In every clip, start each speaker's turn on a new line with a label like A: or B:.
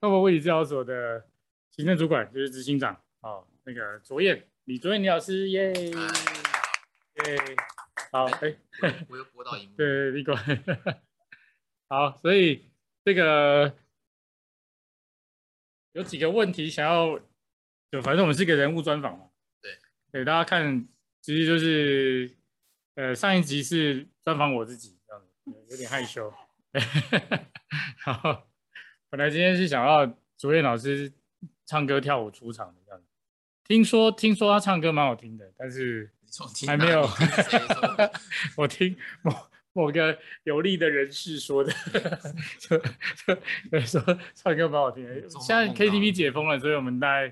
A: 那么卫理治疗所的行政主管就是执行长哦，那个卓燕李卓燕李老师，耶耶，好，哎、
B: 哎我又播到荧幕。
A: 对，李管。 好，所以这个有几个问题想要，就反正我们是个人物专访嘛。
B: 对，
A: 给大家看，其实就是呃上一集是专访我自己，这样子有点害羞。 然后本来今天是想要主任老师唱歌跳舞出场的这样子，听说听说他唱歌蛮好听的，但是
B: 你从听
A: 还
B: 哪
A: 没有
B: 里听谁 说的
A: 我听某某个有力的人士说的， 就就说唱歌蛮好听的。
B: 做梦
A: 现在
B: 梦到
A: KTV 解封了，所以我们大概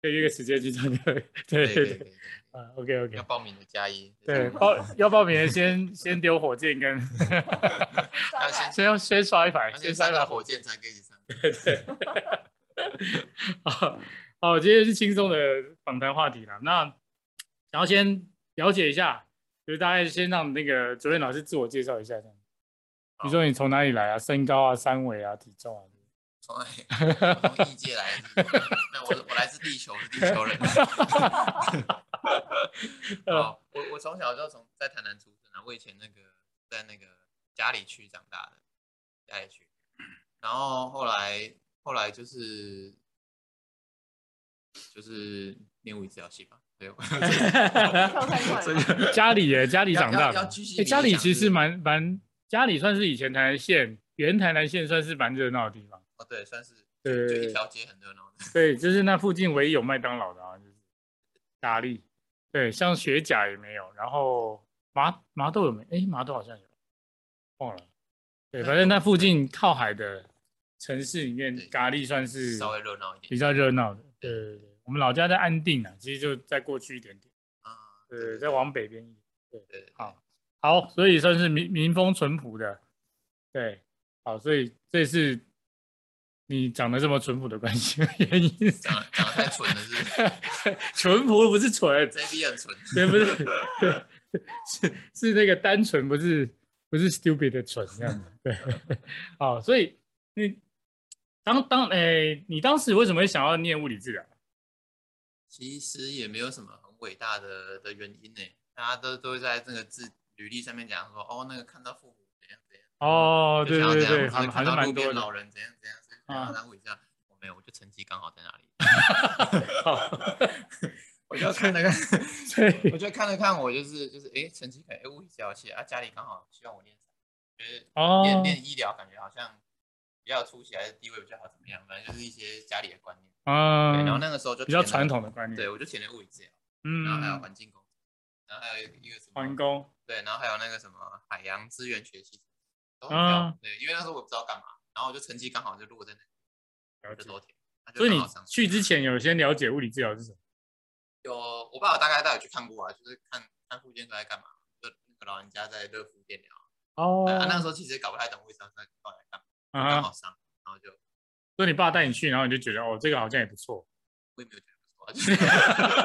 A: 可以约个时间去唱歌。对对
B: 对对对
A: 对，
B: 对
A: 啊，OK
B: 对，要
A: OK，
B: 报名的加一。
A: 对报要报名的先先丢火箭跟，
B: 要先
A: 先要先刷一排，啊
B: 要
A: 先
B: 先
A: 刷
B: 上
A: 一
B: 到
A: 排
B: 火箭才可以上。
A: 好， 好，今天是轻松的访谈话题啦。那想要先了解一下，就是大概先让那个主任老师自我介绍一下，这样。比如说你从哪里来啊？身高啊、三围啊、体重啊。
B: 从哪里我从异界来的，没有我我来自地球，我是地球 人。嗯哦，我我从小就从在台南出生啊，我以前那个在那个嘉里区长大的，嘉里区，然后后来后来就是就是念物理治疗系吧，对， 我
C: 跳太快
B: 所
C: 了
B: 以
C: 吧。
A: 家里耶，家里
B: 要
A: 长大
B: 要要
A: 的。
B: 居心
A: 哎，
B: 里
A: 家里
B: 想
A: 其
B: 是
A: 实蛮蛮，家里算是以前台南县，原台南县算是蛮热闹的地方。
B: 哦，对，算是
A: 对
B: 就
A: 对
B: 一
A: 对
B: 条街很热闹的，
A: 对，就是那附近唯一有麦当劳的啊，就是达利。对，像雪甲也没有，然后麻麻豆有没？哎，麻豆好像有，忘了。对，反正那附近靠海的城市里面
B: 对，
A: 咖喱算是
B: 稍微热闹一点
A: 比较热闹的。对对对，我们老家在安定啊，其实就再过去一点点，
B: 啊，
A: 对，再往北边一点。
B: 对对对
A: 好好，所以算是民民风淳朴的，对，好，所以这是你长得这么淳朴的关系 原因是。
B: 长得长得太蠢了，是不 是
A: 淳朴不是蠢，
B: 这一 B 很蠢，
A: 对，不是， 对是是那个单纯，不是不是 stupid 的蠢这样子。对， 好，所以你当当诶、你当时为什么会想要念物理治疗？
B: 其实也没有什么很伟大的的原因呢，大家都都会在这个字履历上面讲说，哦，那个看到父母怎样怎样，
A: 哦，
B: 嗯就
A: 对
B: 想要
A: 对
B: 这样
A: 对，
B: 或
A: 好
B: 者
A: 好
B: 看
A: 像
B: 到
A: 蛮
B: 路
A: 多
B: 边
A: 的。
B: 老人怎样怎样，所以
A: 啊
B: 想要当伟大。我哦没有，我就成绩刚好在那 里，
A: 好，
B: 我就看了看，
A: 所以
B: 我就看了看，我就是就是，哎，成绩可能哎物理治疗系啊，家里刚好希望我念啥，觉得
A: 哦，
B: 念念医疗感觉好像比较出息，还是地位比较好，怎么样？反正就是一些家里的观念。 对，然后
A: 嗯，
B: 那个时候就
A: 比较
B: 填了
A: 传，统的观念，
B: 对我就填了物理治疗，然后还有
A: 嗯，
B: 环境工程，然后还有一个一个什么
A: 环工，
B: 对，然后还有那个什么海洋资源学习，都很
A: 啊
B: 跳对，因为那时候我不知道干嘛，然后我就成绩刚好就落在那
A: 了
B: 个，
A: 解
B: 就都填，那就
A: 所以
B: 刚
A: 你
B: 好上
A: 去之前有先了解物理治疗是什么？
B: 有我爸爸大概带我去看过啊，就是看看附件都在干嘛，就那个老人家在热敷电疗，
A: 哦啊
B: 啊，那时候其实也搞不太懂卫生在到底在干嘛，刚好上，然后就
A: 所以你爸带你去，然后你就觉得哦，这个好像也不错。
B: 我也没有觉得不错啊，就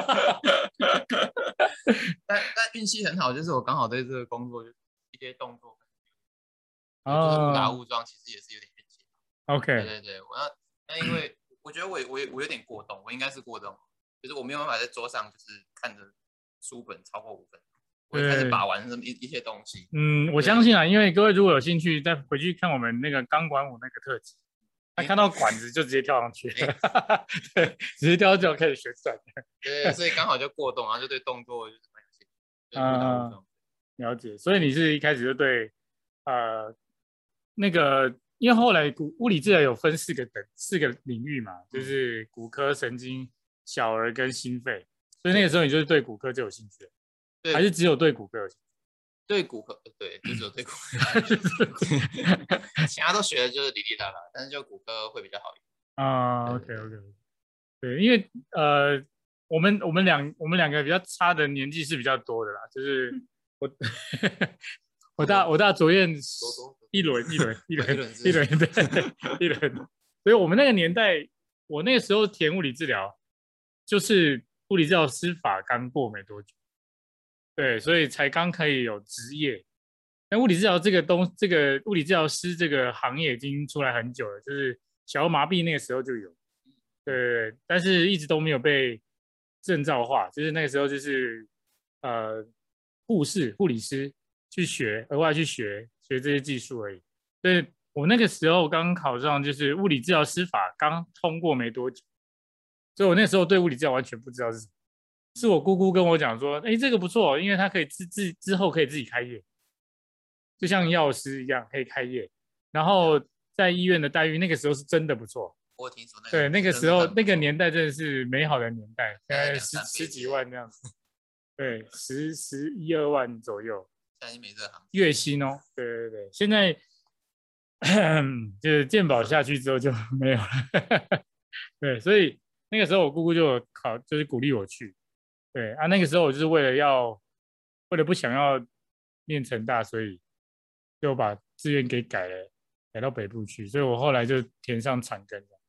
B: 是 但但运气很好，就是我刚好对这个工作就是一些动作，就是误打
A: 哦
B: 误撞，其实也是有点运气。对
A: ，OK，
B: 对对，我要，那因为我觉得我也我也我有点过动，我应该是过动，就是我没有办法在桌上就是看着书本超过五分钟，我就开始
A: 对
B: 把玩什么一一些东西。
A: 嗯，我
B: 对
A: 相信啊，因为各位如果有兴趣，再回去看我们那个钢管舞那个特辑，他
B: 诶
A: 看到管子就直接跳上去， 对，直接跳上去就开始旋转。
B: 对，所以刚好就过动，然后就对动作就是蛮有兴趣，就是误打误撞。
A: 啊了解，所以你是一开始就对呃那个，因为后来骨物理治疗有分四个等四个领域嘛，
B: 嗯
A: 就是骨科、神经、小儿跟心肺，所以那个时候你就是对骨科就有兴趣了，
B: 对
A: 还是只有对骨科有兴趣？
B: 对骨科，呃对，就只有对骨科， 其他都学的就是哩哩啦啦，但是就骨科会比较好一点。
A: 啊、o
B: 对
A: k
B: 对
A: OK，对，因为呃，我们我们两我们两个比较差的年纪是比较多的啦，就是我 我大我大左燕
B: 多多
A: 一轮一轮一
B: 一
A: 轮
B: 轮是
A: 一轮对一轮，所以我们那个年代，我那个时候填物理治疗，就是物理治疗师法刚过没多久，对，所以才刚可以有职业。那物理治疗这个东，这个物理治疗师这个行业已经出来很久了，就是小儿麻痹那个时候就有，对对对，但是一直都没有被证照化，就是那个时候就是呃护士、护理师去学，额外去学学这些技术而已。所以我那个时候刚考上就是物理治疗师法刚通过没多久，所以我那时候对物理治疗完全不知道是什么。是我姑姑跟我讲说，哎，这个不错，因为它可以自自之后可以自己开业，就像药师一样可以开业。然后在医院的待遇，那个时候是真的不错。
B: 我听说那个
A: 对，那个时候那个年
B: 代，
A: 代真的是美好的年代，大
B: 大概
A: 概
B: 两
A: 十
B: 三倍
A: 十几万这样子，对，十十一二万左右
B: 现在已经没这行，
A: 月薪哦。对对对，现在 就是健保下去之后就 没有了。对，所以那个时候我姑姑就有考，就是鼓励我去。对啊，那个时候我就是为了要，为了不想要念成大，所以就把志愿给改了，改到北部去。所以我后来就填上长庚了。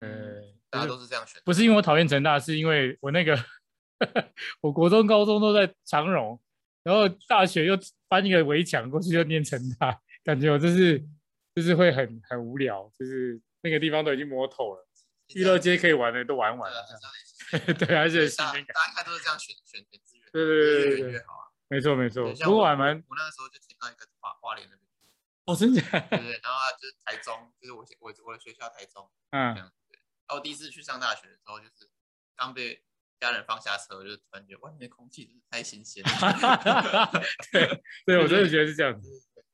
A: 呃，就
B: 大家
A: 是
B: 都是这样选。
A: 不是因为我讨厌成大，是因为我那个 我国中、高中都在长荣，然后大学又翻一个围墙过去就念成大，感觉我就是就是会很很无聊，就是那个地方都已经摸透了，
B: 是
A: 娱
B: 这样
A: 乐街可以玩的都玩完
B: 对啊
A: 了
B: 很，像
A: 这 样对，而且
B: 对啊
A: 新
B: 大
A: 鲜感，
B: 大家应该都是这样选选选资源，
A: 对对对
B: 越
A: 对
B: 远
A: 对
B: 越好啊。
A: 没错没错。
B: 对像
A: 不过
B: 我
A: 我还蛮
B: 我那个时候就填到一个花花莲那边，
A: 哦，真的，
B: 对对，对然后啊就是台中，就是我我我的学校台中。
A: 嗯
B: 这，样子。然后我第一次去上大学的时候，就是刚被家人放下车，就突然觉得外面的空气真是太新鲜了，
A: 对，对我真的觉得是这样子。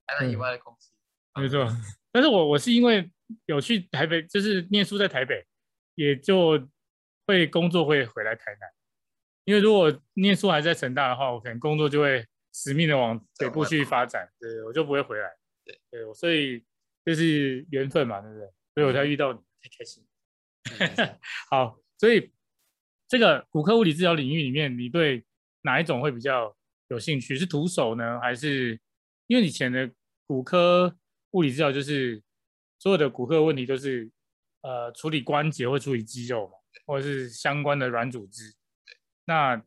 B: 台南以外的空气。
A: 没错，但是我我是因为有去台北，就是念书在台北，也就会工作会回来台南。因为如果念书还在成大的话，我可能工作就会死命的往北部去发展，对我就不会回来。
B: 对
A: 对，我所以就是缘分嘛，对不对？所以我才遇到你，太开心了。
B: 是是是
A: 好，所以这个骨科物理治疗领域里面，你对哪一种会比较有兴趣？是徒手呢，还是因为以前的骨科物理治疗就是所有的骨科问题都是呃处理关节或处理肌肉嘛，或者是相关的软组织。那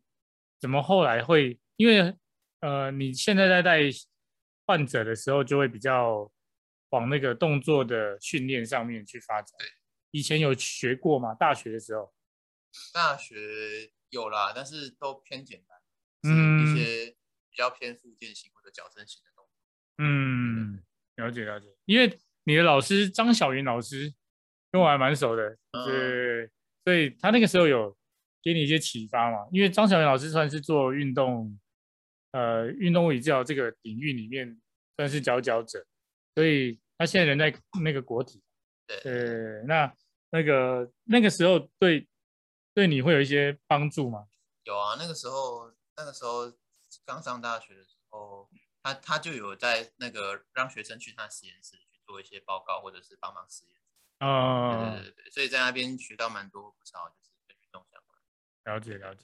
A: 怎么后来会因为呃你现在在带患者的时候，就会比较往那个动作的训练上面去发展。以前有学过吗？大学的时候，
B: 大学有啦，但是都偏简单，是
A: 嗯
B: 一些比较偏附件型或者矫正型的东西。
A: 嗯，了解了解。因为你的老师张小云老师跟我还蛮熟的，
B: 嗯
A: 对，所以他那个时候有给你一些启发嘛。因为张小云老师算是做运动，呃，运动物理治疗这个领域里面算是佼佼者，所以他现在人在那个国体，
B: 对，
A: 呃，那那个那个时候对对你会有一些帮助吗？
B: 有啊，那个时候那个时候刚上大学的时候，他他就有在那个让学生去他实验室去做一些报告，或者是帮忙实验。
A: 啊、
B: 对对对对，所以在那边学到蛮多不少，就是跟运动相关。
A: 了解了解。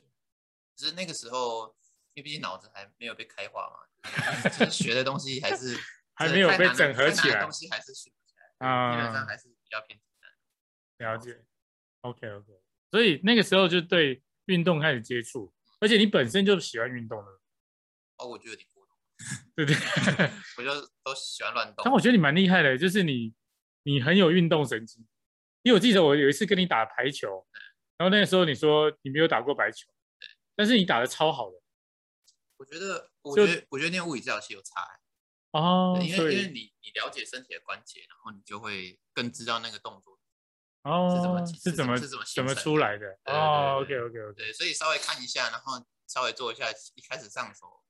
B: 只是那个时候，因为毕竟脑子还没有被开化嘛，就是就是学的东西还是
A: 还没有被
B: 太难的
A: 整合起
B: 太难的
A: 来
B: 东西还是学不起来，基本上
A: 啊，
B: 还是比较偏简单。
A: 了解。OK OK，所以那个时候就对运动开始接触，而且你本身就喜欢运动了，
B: 哦，我就有点过动，
A: 对不对？
B: 我就都喜欢乱
A: 但
B: 动。
A: 我觉得你蛮厉害的，就是你你很有运动神经。因为我记得我有一次跟你打排球，然后那个时候你说你没有打过排球，但是你打的超好的
B: 我觉得，我
A: 就
B: 觉得，我觉得念物理治疗系有差、
A: 哦
B: 欸，，因
A: 所
B: 为因为
A: 以
B: 你你了解身体的关节，然后你就会更知道那个动作。是怎么
A: 哦
B: 起
A: 是
B: 是
A: 怎么
B: 是怎么形
A: 怎么
B: 成
A: 出
B: 的
A: 来的
B: 对对
A: 哦
B: 对
A: ？OK
B: 对
A: OK OK，
B: 对，所以稍微看一下，然后稍微做一下，一开始上手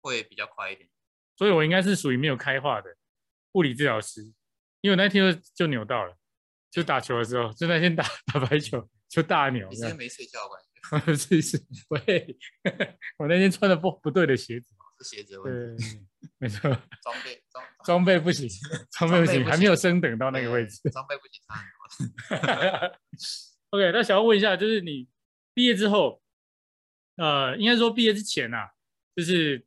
B: 会比较快一点。
A: 所以我应该是属于没有开化的物理治疗师，因为我那天就就扭到了，就打球的时候，就那天打 打排球就大扭
B: 你是
A: 这
B: 因为
A: 样，
B: 没睡觉的关系，
A: 是是，喂， 我那天穿的不不对的鞋子，
B: 是鞋子的问题，
A: 对，没错，
B: 装备装
A: 装备不 行，装备不
B: 装备
A: 行，
B: 不
A: 还没有
B: 行
A: 升等到那个位置。
B: 对，装备不仅差很多。
A: OK，那想要问一下，就是你毕业之后，呃，应该说毕业之前啊，就是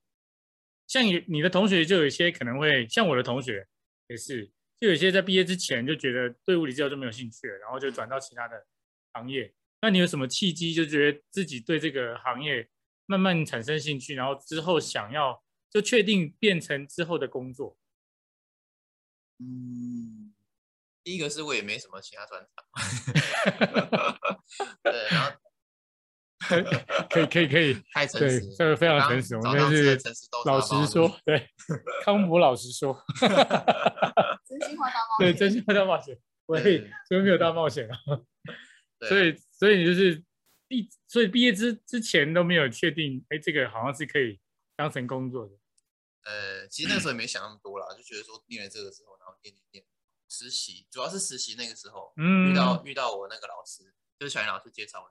A: 像你你的同学就有一些可能会，像我的同学也是，就有一些在毕业之前就觉得对物理治疗就没有兴趣了，然后就转到其他的行业。那你有什么契机，就觉得自己对这个行业慢慢产生兴趣，然后之后想要就确定变成之后的工作？
B: 嗯，第一个是我也没什么其他专长， 对，然后
A: 可以可以可以，
B: 太诚
A: 对
B: 实，了，
A: 这个非常
B: 刚
A: 诚实，我
B: 早
A: 们
B: 上吃的
A: 是
B: 诚实豆沙
A: 老
B: 包
A: 实说， 对，康博老实说，
C: 真心话大冒
A: 对，
C: 险，
A: 真心话大冒险，我
B: 对
A: 也
B: 对
A: 所以没有大冒险啊，
B: 对
A: 所以所以你就是毕，所以毕业之之前都没有确定，哎，这个好像是可以当成工作的，
B: 呃，其实那个时候也没想那么多啦，就觉得说念了这个之后，然后念念念实习，主要是实习那个时候
A: 嗯，
B: 遇到遇到我那个老师，就是小林老师介绍我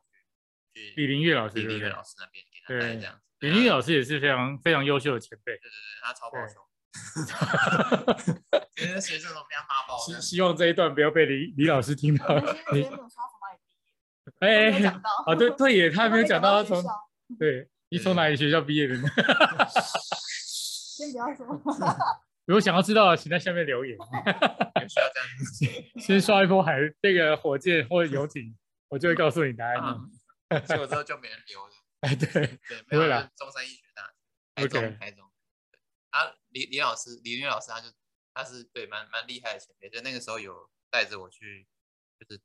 B: 去
A: 李
B: 去
A: 林月老师，
B: 李
A: 对
B: 林
A: 不
B: 月
A: 对
B: 老师那边给他带这样子，
A: 李林月
B: 师
A: 老师也是非常非常优秀的前辈，
B: 他超
A: 对
B: 爆凶， 因为学生都被他骂爆
A: 希
B: 了。
A: 希望这一段不要被李李老师听到
C: 我。们今
A: 你
C: 天节目说什么
A: 哎
C: 也没 有讲到，
A: 啊，对对耶，他
C: 都
A: 没有讲到他
C: 学
A: 从
C: 校
A: 对你从哪里学校毕业的呢？
C: 先不要说，
A: 如果想要知道，请在下面留言。
B: 有需要这样子
A: 先刷一波海那个火箭或游艇，我就会告诉你答案。
B: 啊，结果之后就没人留了。
A: 哎， 对，
B: 对，
A: 不
B: 没有啊
A: 会啦
B: 就是中山医学大学，台中
A: OK
B: 台中。对啊，李李老师，李云老师，他就他是对蛮蛮厉害的前辈，就那个时候有带着我去，就是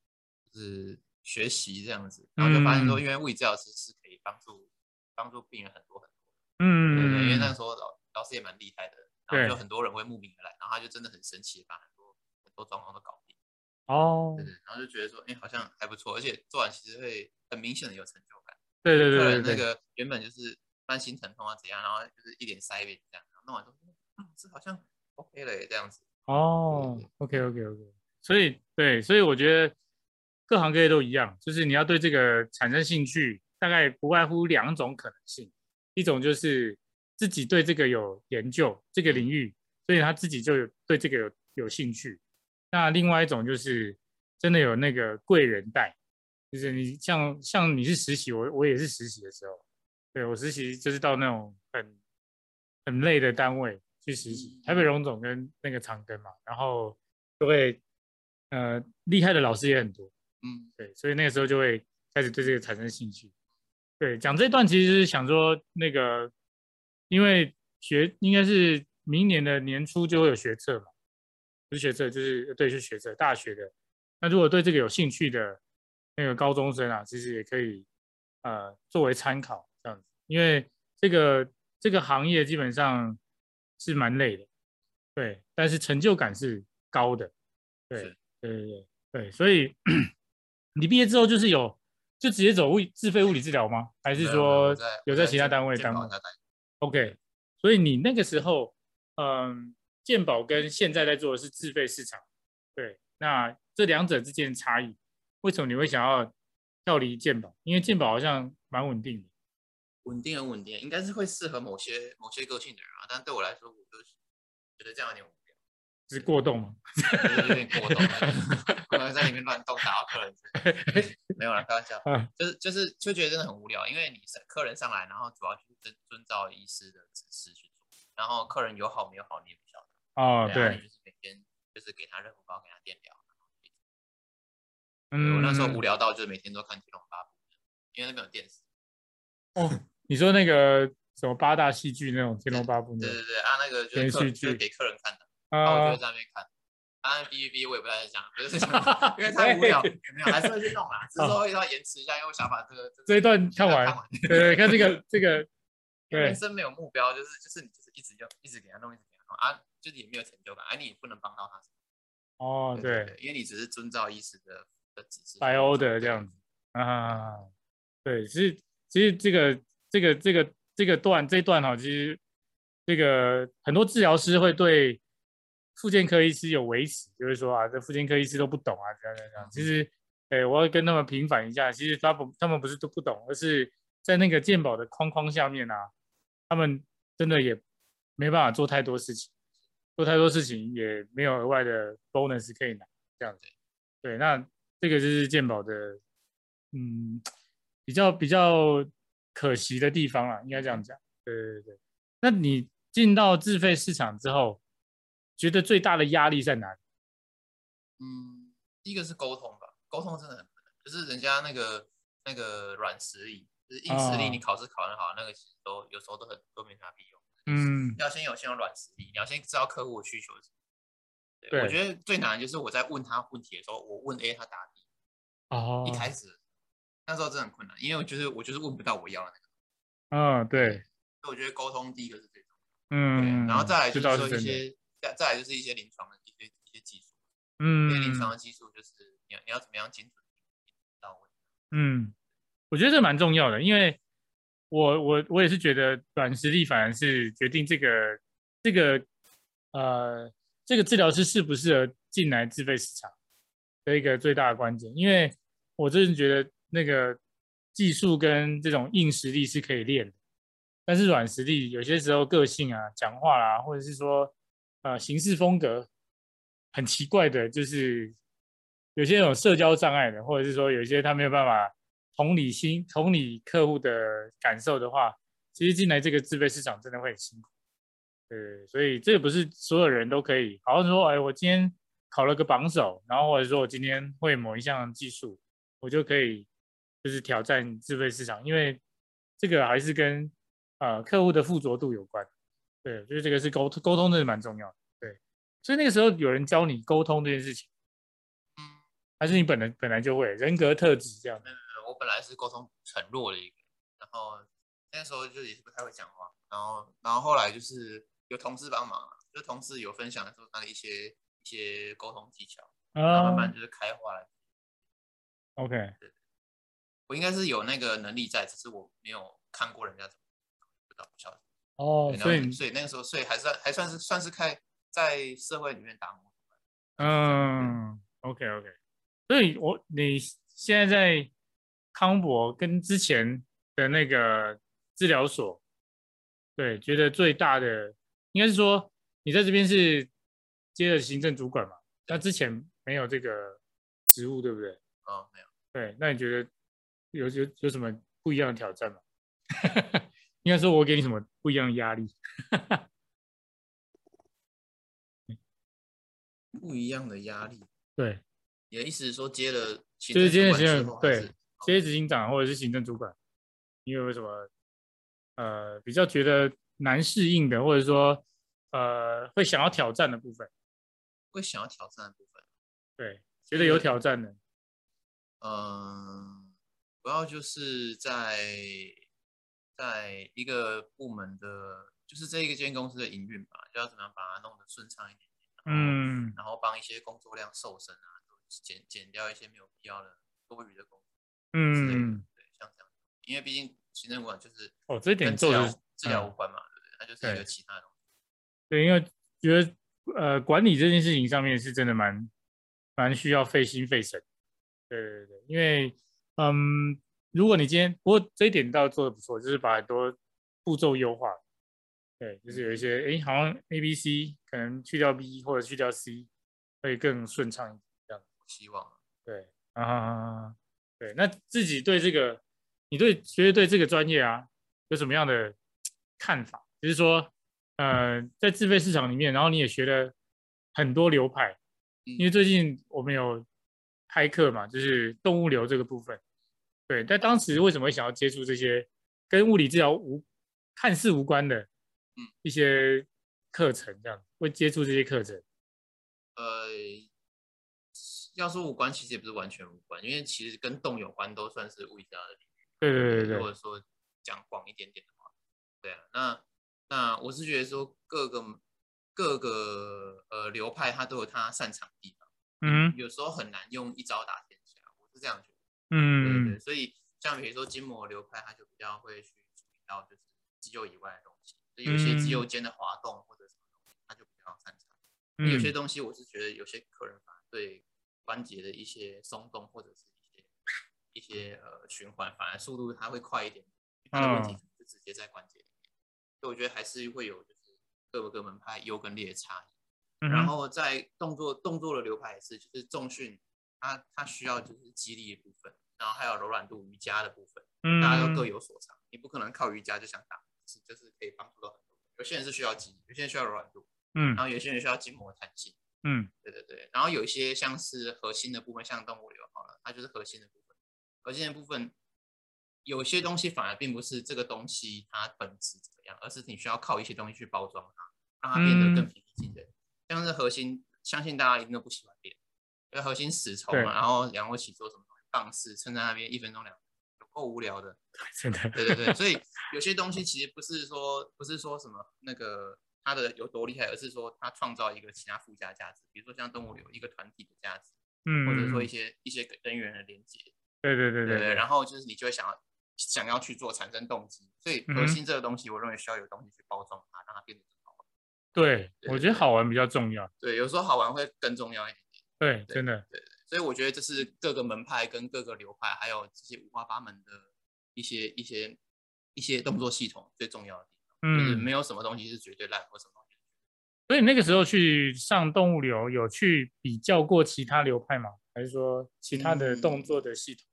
B: 就是学习这样子，然后就发现说，
A: 嗯
B: 因为物理治疗师是可以帮助帮助病人很多很多，对对对，因为
A: 嗯，
B: 那个时候老老师也蛮厉害的，
A: 对
B: 然后就很多人会慕名而来，然后他就真的很神奇，把很多很多状况都搞定，
A: 哦
B: 对，对，然后就觉得说，哎，好像还不错，而且做完其实会很明显的有成就感。
A: 对对
B: 客
A: 对
B: 人
A: 对
B: 那
A: 对，
B: 个原本就是慢性疼痛啊怎样，然后就是一脸塞呗这样，然后弄完之后，嗯，这好像 OK 了耶这样子。
A: 哦
B: 对
A: ，OK OK OK，所以对，所以我觉得各行各业都一样，就是你要对这个产生兴趣，大概不外乎两种可能性，一种就是自己对这个有研究，这个领域，所以他自己就有对这个有有兴趣。那另外一种就是真的有那个贵人带，就是你像像你是实习，我我也是实习的时候，对我实习就是到那种很很累的单位去实习
B: 嗯，
A: 台北荣总跟那个长庚嘛，然后就会呃厉害的老师也很多，
B: 嗯，
A: 对，所以那个时候就会开始对这个产生兴趣。对，讲这段其实就是想说那个，因为学应该是明年的年初就会有学测嘛，不是学测就是呃对，是学测，大学的。那如果对这个有兴趣的那个高中生啊，其实也可以呃作为参考这样子，因为这个这个行业基本上是蛮累的，对，但是成就感是高的，对
B: 是，
A: 对对对对，所以 你毕业之后就是有就直接走物理自费物理治疗吗？还是
B: 没有没有
A: 说
B: 我在
A: 有
B: 啊我
A: 在
B: 在
A: 其他
B: 健
A: 单位
B: 健
A: 当
B: 保
A: 过
B: 那单位
A: OK，所以你那个时候，嗯，健保跟现在在做的是自费市场，对，那这两者之间的差异，为什么你会想要跳离健保？因为健保好像蛮稳定的，
B: 稳定很稳定，应该是会适合某些某些个性的人啊，但对我来说，我就是觉得这样有点无聊，
A: 是过动吗？
B: 觉得有点过动了， 不能在里面乱动打到客人之类的。没有啦，开玩笑
A: 嗯，
B: 就是就是就觉得真的很无聊，因为你是客人上来，然后主要就是遵遵照医师的指示去做，然后客人有好没有好你也不晓得。
A: 哦，
B: 对啊，你
A: 对，
B: 就是每天就是给他热敷膏，给他电疗。对
A: 嗯，
B: 我那时候无聊到就是每天都看《天龙八部》，因为那边有电视。
A: 你说那个什么八大戏剧那种《天龙八部》
B: 对
A: 那
B: 对
A: 种，
B: 对，啊，那个就
A: 连
B: 是客
A: 续
B: 就是
A: 剧
B: 给客人看的，然后我
A: 啊
B: 就，在那边看。啊，B B B，我也不太想讲，不是想， 因为太无聊，也没有，还是会去弄啦，只是说会要延迟一下，因为我想把这个
A: 哦这一段
B: 这
A: 看
B: 个
A: 完
B: 看完。
A: 对对，看这个这个，
B: 因为
A: 对，
B: 人生没有目标，就是就是你就是一直就一直给他弄，一直给他弄啊，就是也没有成就感，啊，你也不能帮到他什么。
A: 哦，
B: 对
A: 对，
B: 对，因为你只是遵照医师的的指示。
A: 白欧的这样子。啊，对，其实其实这个这个这个这个段这一段哈，其实这个很多治疗师会对复健科医师有维持，就是说啊，这复健科医师都不懂啊，这样这样这样。其实，哎，我要跟他们平反一下，其实他不他们不是都不懂，而是在那个鉴宝的框框下面啊，他们真的也没办法做太多事情，做太多事情也没有额外的 bonus 可以拿，这样子。对，那这个就是鉴宝的，嗯，比较比较可惜的地方啦，应该这样讲。对对对。那你进到自费市场之后，觉得最大的压力在哪里？
B: 嗯，第一个是沟通吧，沟通真的很难，就是人家那个那个软实力，就是硬实力，
A: 啊
B: 你考试考得好，那个其实都有时候都很都没啥屁用。，
A: 嗯
B: 要先有先有软实力，你要先知道客户的需求是什么。对，我
A: 对
B: 觉得最难的就是我在问他问题的时候，我问 A 他答 B，
A: 哦
B: 一开始那时候真的很困难，因为我就是我就是问不到我要的那个，
A: 嗯，对，
B: 所以我觉得沟通第一个是这个，对，
A: 嗯，
B: 然后再来就
A: 这倒
B: 说一
A: 真的，
B: 些再再来就是一些临床的一些一些技术，因为
A: 嗯
B: 临床的技术就是你要你要怎么样精准到位，
A: 嗯，我觉得这蛮重要的，因为我我我也是觉得软实力反而是决定这个这个呃这个治疗师适不适合进来自费市场的一个最大的关键，因为我真的觉得那个技术跟这种硬实力是可以练的，但是软实力有些时候个性啊、讲话啦、或者是说呃行事风格很奇怪的，就是有些有社交障碍的，或者是说有一些他没有办法同理心、同理客户的感受的话，其实进来这个自费市场真的会很辛苦。对，所以这个不是所有人都可以，好像说，哎，我今天考了个榜首，然后或者说我今天会某一项技术，我就可以就是挑战自费市场，因为这个还是跟呃客户的附着度有关。对，就是这个是沟通沟通真的蛮重要的。对，所以那个时候有人教你沟通这件事情。
B: 嗯，
A: 还是你本来本来就会人格特质这样的？
B: 我本来是沟通很弱的一个人，然后那时候就也是不太会讲话，然后然后后来就是有同事帮忙，啊就同事有分享说他的一些一些沟通技巧，然
A: 哦
B: 啊后慢慢就是开化了。
A: o k
B: 我应该是有那个能力在，只是我没有看过人家怎么，不知道不晓得。
A: 哦，
B: 对然后
A: 所以
B: 所以那个时候，所以还算还算是算是开在社会里面打工。
A: 嗯，OK OK，所以我你现在在康博跟之前的那个治疗所，对，觉得最大的应该是说你在这边是接了行政主管嘛？那之前没有这个职务，对不对？
B: 嗯，没有，
A: 对，那你觉得有有有什么不一样的挑战吗？应该说，我给你什么不一样的压力？
B: 不一样的压力。
A: 对，
B: 你的意思是说接了行
A: 就是
B: 政
A: 接了行
B: 主管之
A: 政
B: 后还是，
A: 对接执行长或者是行政主管，你有没有什么呃比较觉得难适应的，或者说呃会想要挑战的部分？
B: 会想要挑战的部分。
A: 对，觉得有挑战的，
B: 嗯，主要就是在在一个部门的，就是这一间公司的营运吧，就要怎么样把它弄得顺畅一点点，然后，
A: 嗯
B: 然后帮一些工作量瘦身啊，减减掉一些没有必要的多余的工作之类的，
A: 嗯，
B: 对，像这样，因为毕竟行政管就是
A: 哦，这一点
B: 跟治
A: 做
B: 疗
A: 的
B: 治疗
A: 嗯
B: 无关嘛，对不对？它就是一
A: 对
B: 个其他的东西，
A: 对，因为觉得呃管理这件事情上面是真的蛮蛮需要费心费神。对对对，因为嗯，如果你今天不过这一点倒做的不错，就是把很多步骤优化。对，就是有一些诶，好像 A、B、C 可能去掉 B 或者去掉 C 会更顺畅一点。
B: 希望
A: 对啊，对，那自己对这个，你对觉得对这个专业啊，有什么样的看法？就是说，呃，在自费市场里面，然后你也学了很多流派，因为
B: 嗯，
A: 最近我们有开课嘛，就是动物流这个部分。对，但当时为什么会想要接触这些跟物理治疗无看似无关的
B: 嗯
A: 一些课程？这样会接触这些课程？
B: 呃，要说无关，其实也不是完全无关，因为其实跟动有关都算是物理治疗的领域。
A: 对对对
B: 如
A: 对
B: 果说讲广一点点的话，对啊，那那我是觉得说各个各个呃流派它都有它擅长的地方，
A: 嗯
B: 有时候很难用一招打天下，我是这样觉得。对对
A: 嗯
B: 对，所以像比如说筋膜流派，它就比较会去注意到就是肌肉以外的东西，所以有些肌肉间的滑动或者什么东西，它就比较擅长。
A: 嗯，
B: 有些东西我是觉得有些客人反而对关节的一些松动或者是一些一些呃循环，反而速度它会快一点，因为它的问题
A: 嗯
B: 可能就直接在关节里面。所以我觉得还是会有就是各个门派优跟劣的差异。
A: 嗯哼
B: 然后在动作动作的流派也是，就是重训它它需要就是肌力的部分，然后还有柔软度瑜伽的部分，大家都各
A: 嗯
B: 有所长。你不可能靠瑜伽就想打，就是就是可以帮助到很多人。有些人是需要肌力，有些人需要柔软度，
A: 嗯
B: 然后有些人需要筋膜弹性。
A: 嗯
B: 对对对，然后有一些像是核心的部分，像动物流好了，它就是核心的部分。核心的部分有些东西反而并不是这个东西它本质怎么样，而是你需要靠一些东西去包装它，让它变得更平易近人。像是核心相信大家一定都不喜欢练，因为核心死愁
A: 对
B: 嘛，然后仰卧起坐什么东西棒式撑在那边一分钟两分钟，有够无聊的。
A: 真的，
B: 对对对，所以有些东西其实不是说不是说什么那个它的有多厉害，而是说它创造一个其他附加价值，比如说像动物流一个团体的价值，
A: 嗯，
B: 或者说一
A: 嗯
B: 些一些跟人与人的连接，
A: 对对对
B: 对
A: 对，
B: 然后就是你就会想要想要去做，产生动机。所以
A: 嗯
B: 核
A: 哼
B: 心这个东西，我认为需要有东西去包装它，让它变得更好玩。
A: 对
B: 对
A: 我觉得好玩比较重要，
B: 对，有时候好玩会更重要一点点。
A: 对，
B: 对
A: 真的，
B: 所以我觉得这是各个门派跟各个流派，还有这些五花八门的一些一些一些动作系统最重要的地方，就是
A: 嗯
B: 没，有什么东西是绝对烂或什么东西。
A: 所以那个时候去上动物流，有去比较过其他流派吗？还是说其他的
B: 嗯
A: 动作的系统？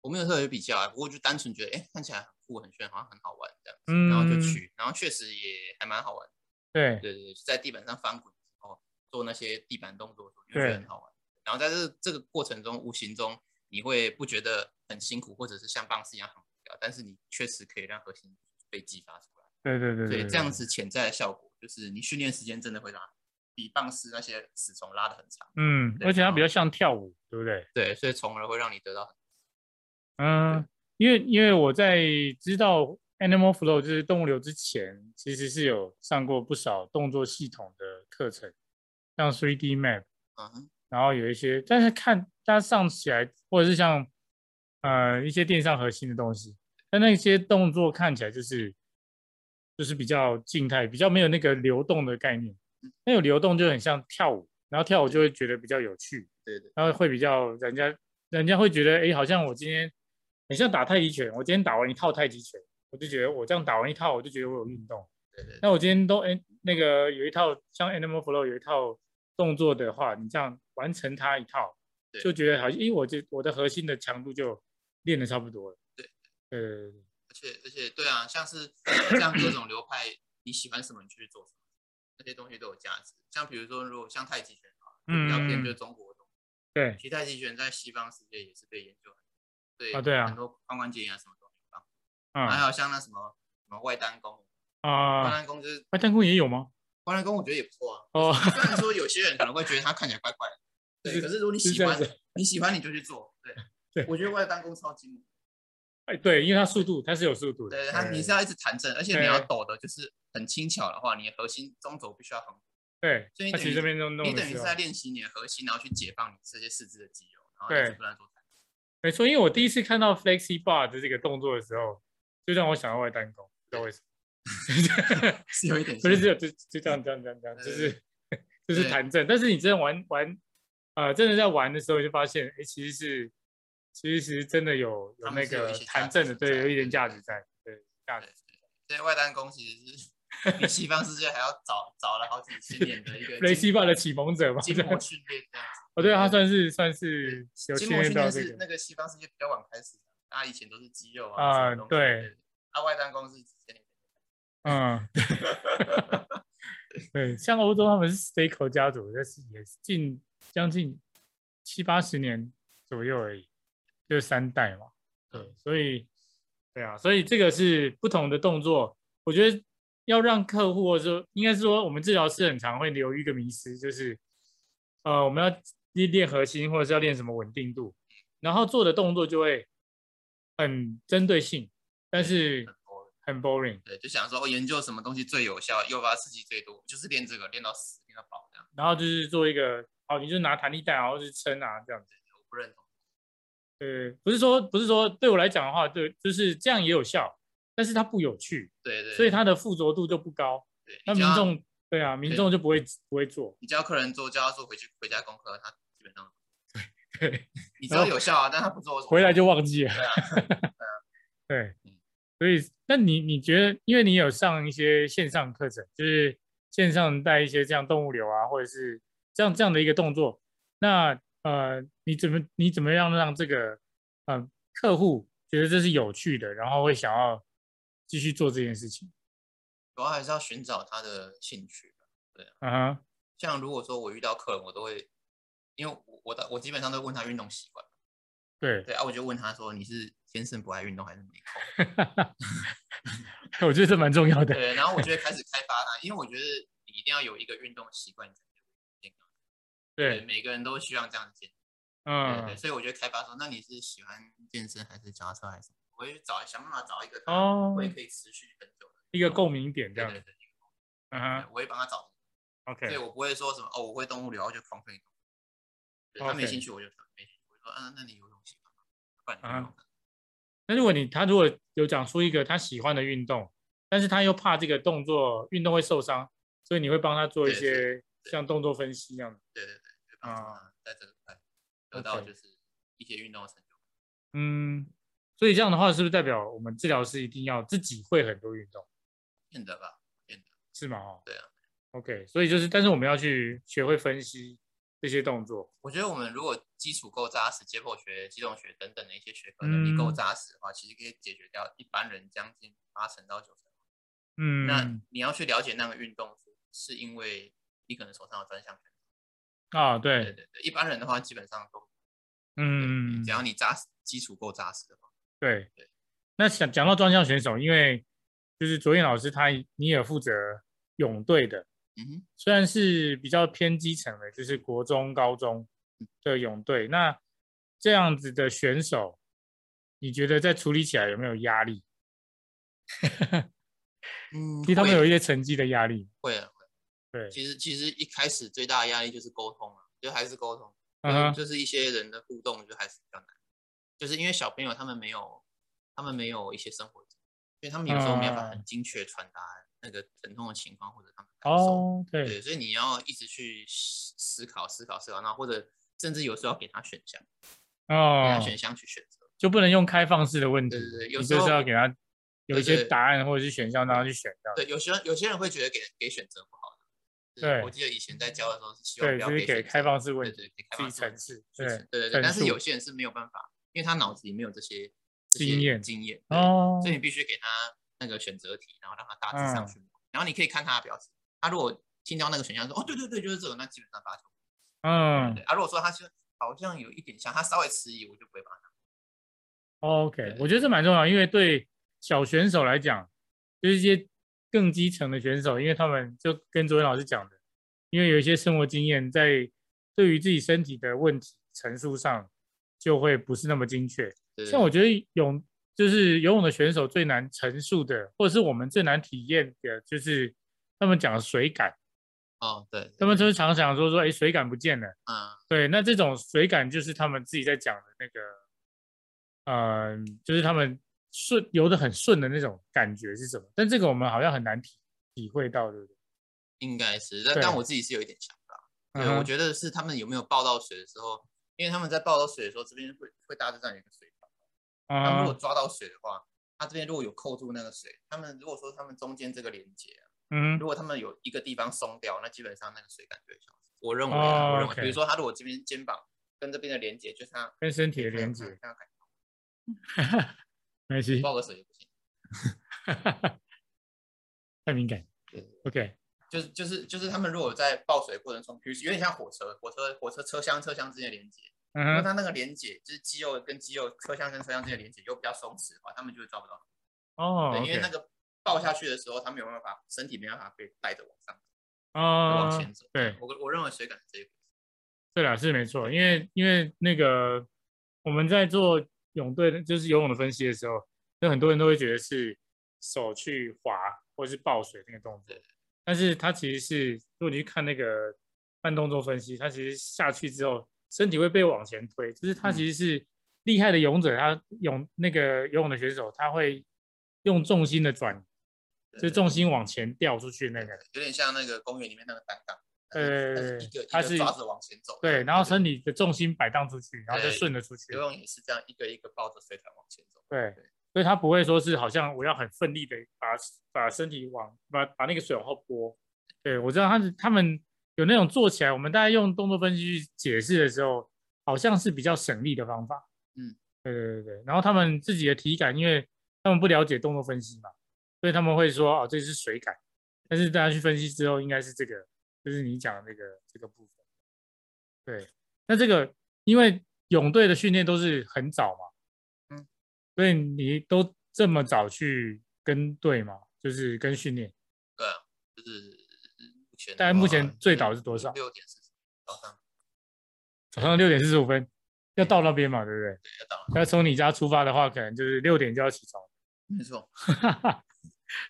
B: 我没有特别比较啊，不过就单纯觉得，哎、看起来很酷、很炫，好像很好玩这样子，
A: 嗯
B: 然后就去，然后确实也还蛮好玩的。
A: 对，
B: 对对对，在地板上翻滚的时候做那些地板动作的时候，你会觉
A: 对
B: 得很好玩。然后在这这个过程中，无形中你会不觉得很辛苦，或者是像棒式一样很无聊，但是你确实可以让核心被激发出来。
A: 对对对
B: 所
A: 对，
B: 以
A: 对
B: 这样，子潜在的效果就是，你训练时间真的会拉，比棒式那些死虫拉的很长。
A: 嗯，
B: 对
A: 而且它
B: 然后
A: 比较像跳舞，对不对？
B: 对，所以从而会让你得到很
A: 嗯，因为因为我在知道 Animal Flow 就是动物流之前，其实是有上过不少动作系统的课程，像 3D Map，
B: 嗯哼
A: 然后有一些，但是看它上起来，或者是像呃一些电商核心的东西，但那些动作看起来就是就是比较静态，比较没有那个流动的概念。那有流动就很像跳舞，然后跳舞就会觉得比较有趣，
B: 对对
A: 然后会比较人家人家会觉得，哎，好像我今天很像打太极拳，我今天打完一套太极拳，我就觉得我这样打完一套，我就觉得我有运动。
B: 对对对，
A: 那我今天都哎那个有一套像 Animal Flow 有一套动作的话，你这样完成它一套，
B: 对
A: 就觉得好像，因为我就我的核心的强度就练的差不多了。
B: 对
A: 对，对对对
B: 而且而且对啊，像是这样各种流派，你喜欢什么你就去做什么，那些东西都有价值。像比如说，如果像太极拳啊，就比较偏
A: 嗯
B: 就是中国的东西，
A: 对
B: 其实太极拳在西方世界也是被研究很，对
A: 啊对啊
B: 很多髋关节炎啊什么东西啊，还
A: 啊
B: 有像那什么什么外丹功，外
A: 啊，
B: 丹功就是
A: 外弹弓也有吗？
B: 外丹功，我觉得也不错啊。
A: 哦，
B: 虽然说有些人可能会觉得它看起来怪怪的，对，
A: 是
B: 可是如果你
A: 是
B: 喜
A: 这样
B: 欢
A: 子，
B: 你喜欢你就去做，
A: 对
B: 对，我觉得外丹功超精
A: 哎，对，因为它速度，它是有速度的。
B: 对，它你是要一直弹正，而且
A: 对
B: 你要抖的，就是很轻巧的话，你的核心中轴必须要很稳，
A: 对
B: 所以，你
A: 它
B: 等
A: 其实
B: 于
A: 这边都弄
B: 你
A: 的
B: 等于
A: 时
B: 是
A: 候
B: 在练习你的核心，然后去解放你这些四肢的肌肉，然后一直
A: 对
B: 不断做弹。
A: 没错，因为我第一次看到 flexi bar 的这个动作的时候，就让我想到外单弓，不知道为什么。
B: 是有一点
A: 不是
B: 像
A: 只有就就这
B: 嗯
A: 样这样这样这样，就
B: 对
A: 是
B: 嗯
A: 就是
B: 对
A: 弹正。但是你真的玩玩，呃，真的在玩的时候就发现，哎，其实是其实真的有有
B: 他
A: 那
B: 们是有
A: 个
B: 一些
A: 弹
B: 价值
A: 正的，
B: 存
A: 对，
B: 在
A: 有一点
B: 对
A: 价
B: 对
A: 值在，对价值
B: 对。所以外单功其实是比西方世界还要早早了好几千年的一个
A: 雷西
B: 筋
A: 巴的启蒙者嘛，
B: 筋
A: 对
B: 膜训练这样子。
A: 哦，对，他算是算是有
B: 筋
A: 训
B: 膜
A: 练
B: 训
A: 到
B: 练
A: 这
B: 是
A: 个，
B: 那个西方世界比较晚开始的，啊，以前都是肌肉
A: 啊
B: 啊什么东西
A: 对
B: 对，啊，外单功是几千年前。
A: 嗯，对，像欧洲他们是 Staco 家族，但是也是近将近七八十年左右而已，就是三代嘛。对，所以对啊，所以这个是不同的动作，我觉得要让客户或者说应该是说我们治疗师很常会留一个迷失，就是呃我们要练练核心或者是要练什么稳定度，然后做的动作就会很针对性，但是
B: 很多了
A: 很 boring。
B: 对，就想说哦，研究什么东西最有效，诱发刺激最多，就是练这个，练到死，练到饱这样。
A: 然后就是做一个，哦，你就拿弹力带，然后去撑啊，这样子。
B: 我不认同。
A: 对，不是说不是说对我来讲的话，对，就是这样也有效，但是它不有趣，
B: 对对，
A: 所以它的附着度就不高。
B: 对
A: 那
B: 你
A: 民
B: 叫
A: 众对啊，民众就不会不会做。
B: 你叫客人做，叫他做回去回家功课，他基本上
A: 对，
B: 你知道有效啊，但他不做，
A: 回来就忘记了。
B: 对啊，
A: 对
B: 嗯，
A: 所以那你你觉得，因为你有上一些线上课程，就是线上带一些这样动物流啊，或者是这样这样的一个动作，那呃，你怎么你怎么样让这个呃客户觉得这是有趣的，然后会想要继续做这件事情？
B: 主要还是要寻找他的兴趣。
A: 嗯哼，
B: 像如果说我遇到客人，我都会，因为我我的我基本上都会问他运动习惯。
A: 对，
B: 对啊，我就问他说：“你是先生不爱运动还是没空？”
A: 我觉得这蛮重要的。
B: 对，然后我就会开始开发它，因为我觉得你一定要有一个运动习惯，你才能健康。对，
A: 对，
B: 每个人都需要这样健。对对，
A: 嗯，
B: 所以我就开发说，那你是喜欢健身还是脚踏车还是什么？我会找想办法找一个他
A: 哦
B: 会可以持续很久的。
A: 一个共鸣点这
B: 对
A: 样
B: 对
A: 子，
B: 对，
A: 嗯
B: 对
A: 哼
B: 我会帮他找，所以
A: ，OK，
B: 我不会说什么哦，我会动物疗，我就狂推你动物对
A: 哦 OK
B: 他没兴趣我就没兴趣，我就说嗯，那你游泳喜欢吗？不然你
A: 啊
B: 游泳吧。
A: 那如果你他如果有讲出一个他喜欢的运动，但是他又怕这个动作运动会受伤，所以你会帮他做一
B: 对对
A: 些像动作分析一样的，
B: 对对对，就帮助他在这个块得
A: 哦 OK
B: 到就是一些运动的成就。
A: 嗯，所以这样的话是不是代表我们治疗师一定要自己会很多运动，
B: 变得吧，变得
A: 是吗？哦，
B: 对啊。
A: OK，所以就是，但是我们要去学会分析这些动作，
B: 我觉得我们如果基础够扎实，解剖学、机动学等等的一些学科能力够
A: 嗯
B: 扎实的话，其实可以解决掉一般人将近八成到九成。
A: 嗯，
B: 那你要去了解那个运动，是因为你可能手上有专项权。
A: 啊，
B: 对
A: 对，
B: 对对，一般人的话基本上都，对
A: 嗯，
B: 只要你扎实基础够扎实的话，
A: 对
B: 对。
A: 那想讲到专项选手，因为就是卓燕老师他你也负责泳队的，
B: 嗯哼，
A: 虽然是比较偏基层的，就是国中、高中的泳队，那这样子的选手，你觉得在处理起来有没有压力？
B: 嗯
A: 因为他们有
B: 会
A: 一些成绩的压力，
B: 会啊会啊
A: 对，
B: 其实其实一开始最大的压力就是沟通啊，就还是沟通。
A: 嗯哼，
B: 就是一些人的互动就还是比较难，就是因为小朋友他们没有，他们没有一些生活经验，所以他们有时候没办法
A: 嗯
B: 很精确传达那个疼痛的情况或者他们的感受。
A: 哦，对，
B: 对，所以你要一直去思思考、思考、思考，然后或者甚至有时候要给他选项，给
A: 哦
B: 他，选项去选择。
A: 就不能用开放式的问题，
B: 对对对有
A: 你
B: 时
A: 就
B: 候
A: 是要给他有一
B: 对
A: 些
B: 对
A: 答案或者是选项，让他去选这样
B: 对，有些人有些人会觉得给给选择不好的。
A: 对
B: 我记得以前在教的时候是希望
A: 对，
B: 不要
A: 就是
B: 给
A: 给
B: 选择
A: 开放式问
B: 对
A: 题，
B: 对，给
A: 自己
B: 开放式问
A: 层
B: 题
A: 次，
B: 去
A: 对
B: 选，对对对。但
A: 陈
B: 是
A: 述
B: 有些人是没有办法，因为他脑子里没有这些这些
A: 经验
B: 经验，对
A: 哦
B: 所以，你必须给他那个选择题，然后让他大致上
A: 嗯
B: 去摸、然后你可以看他的表情。他如果听到那个选项说哦对对对就是这个，那基本上八九分。
A: 嗯
B: 对啊，如果说他是好像有一点像，他稍微迟疑，我就不会把他。
A: ，OK，
B: 对
A: 我觉得这蛮重要，因为对小选手来讲，就是一些更基层的选手，因为他们就跟卓文老师讲的，因为有一些生活经验，在对于自己身体的问题陈述上就会不是那么精确，
B: 对
A: 像我觉得泳就是游泳的选手最难陈述的，或者是我们最难体验的，就是他们讲的水感，
B: 哦对，对
A: 他们
B: 对
A: 就是常想说说，哎，水感不见了。
B: 嗯
A: 对，那这种水感就是他们自己在讲的那个，呃，就是他们顺游得很顺的那种感觉是什么？但这个我们好像很难体体会到，对不对？
B: 应该是，但
A: 对
B: 但我自己是有一点想法。对，
A: 嗯
B: 我
A: 哼
B: 觉得是他们有没有抱到水的时候，因为他们在抱到水的时候，这边会会大致上有一个水
A: 嗯
B: 泡。他们如
A: 啊
B: 果，抓到水的话，他这边如果有扣住那个水，他们如果说他们中间这个连接啊、
A: 嗯哼，
B: 如果他们有一个地方松掉，那基本上那个水感就会消失。我认为啊，
A: 哦
B: 我认为
A: OK
B: 比如说他如果这边肩膀跟这边的连接，就是他
A: 跟身体的
B: 他有
A: 连
B: 他有
A: 接，
B: 他有感觉
A: 没关系，
B: 抱个水也不行，
A: 太敏感
B: 对。
A: OK，
B: 就是就是就是他们如果在抱水的过程中，比如有点像火车，火车火车车厢车厢之间的连接，
A: 嗯
B: 如果
A: 哼，
B: 他那个连接就是肌肉跟肌肉车厢跟车厢之间的连接又比较松弛的话，他们就会抓不到。
A: 哦
B: 对，因为
A: OK
B: 那个抱下去的时候，他没有办法，身体没办法被带着往上，
A: 哦，
B: 往前走。
A: 对
B: 我我认为水感是这一回事。
A: 对啦，是没错，因为因为那个我们在做泳队的，就是游泳的分析的时候，那很多人都会觉得是手去划或是抱水那个动作
B: 对，
A: 但是它其实是如果你去看那个慢动作分析，它其实下去之后身体会被往前推，就是它
B: 嗯
A: 其实是厉害的泳者，他泳那个游泳的选手，他会用重心的转，
B: 对
A: 就是重心往前掉出去那
B: 对
A: 个
B: 对，有点像那个公园里面那个单杠，但
A: 对
B: 是
A: 对
B: 但
A: 对
B: 是一
A: 对
B: 个
A: 它
B: 一
A: 是
B: 个抓着往前走。
A: 对，然后身
B: 体
A: 体的重心摆荡出去，然后就
B: 对
A: 顺着出去
B: 游。泳也是这样，一个一个抱着水管往前走。
A: 对
B: 对，
A: 所以他不会说是好像我要很奋力的把把身体往把把那个水往后拨。对我知道他是他们有那种做起来，我们大家用动作分析去解释的时候，好像是比较省力的方法。
B: 嗯，
A: 对对对对。然后他们自己的体感，因为他们不了解动作分析嘛，所以他们会说哦这是水感，但是大家去分析之后，应该是这个，就是你讲的那个这个部分。对，那这个因为泳队的训练都是很早嘛。所以你都这么早去跟队嘛，就是跟训练，
B: 对啊，就是目前的话。
A: 大概目前最早是多少
B: 六点四十，早上
A: 早上六点四十五分要到那边嘛，对不对？
B: 对，要到了，
A: 要从你家出发的话，可能就是六点就要起床，
B: 没错，
A: 哈哈，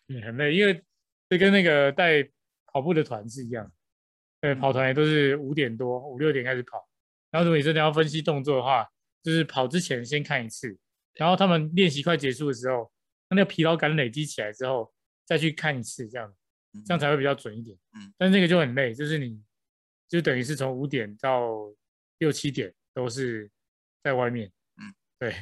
A: 也很累，因为这跟那个带跑步的团是一样的，对，跑团也都是五点多、五六点开始跑，然后如果你真的要分析动作的话，就是跑之前先看一次，然后他们练习快结束的时候，那个疲劳感累积起来之后再去看一次，这样
B: 嗯
A: 这样才会比较准一点。
B: 嗯，
A: 但是那个就很累，就是你就等于是从五点到六七点都是在外面。
B: 嗯，
A: 对，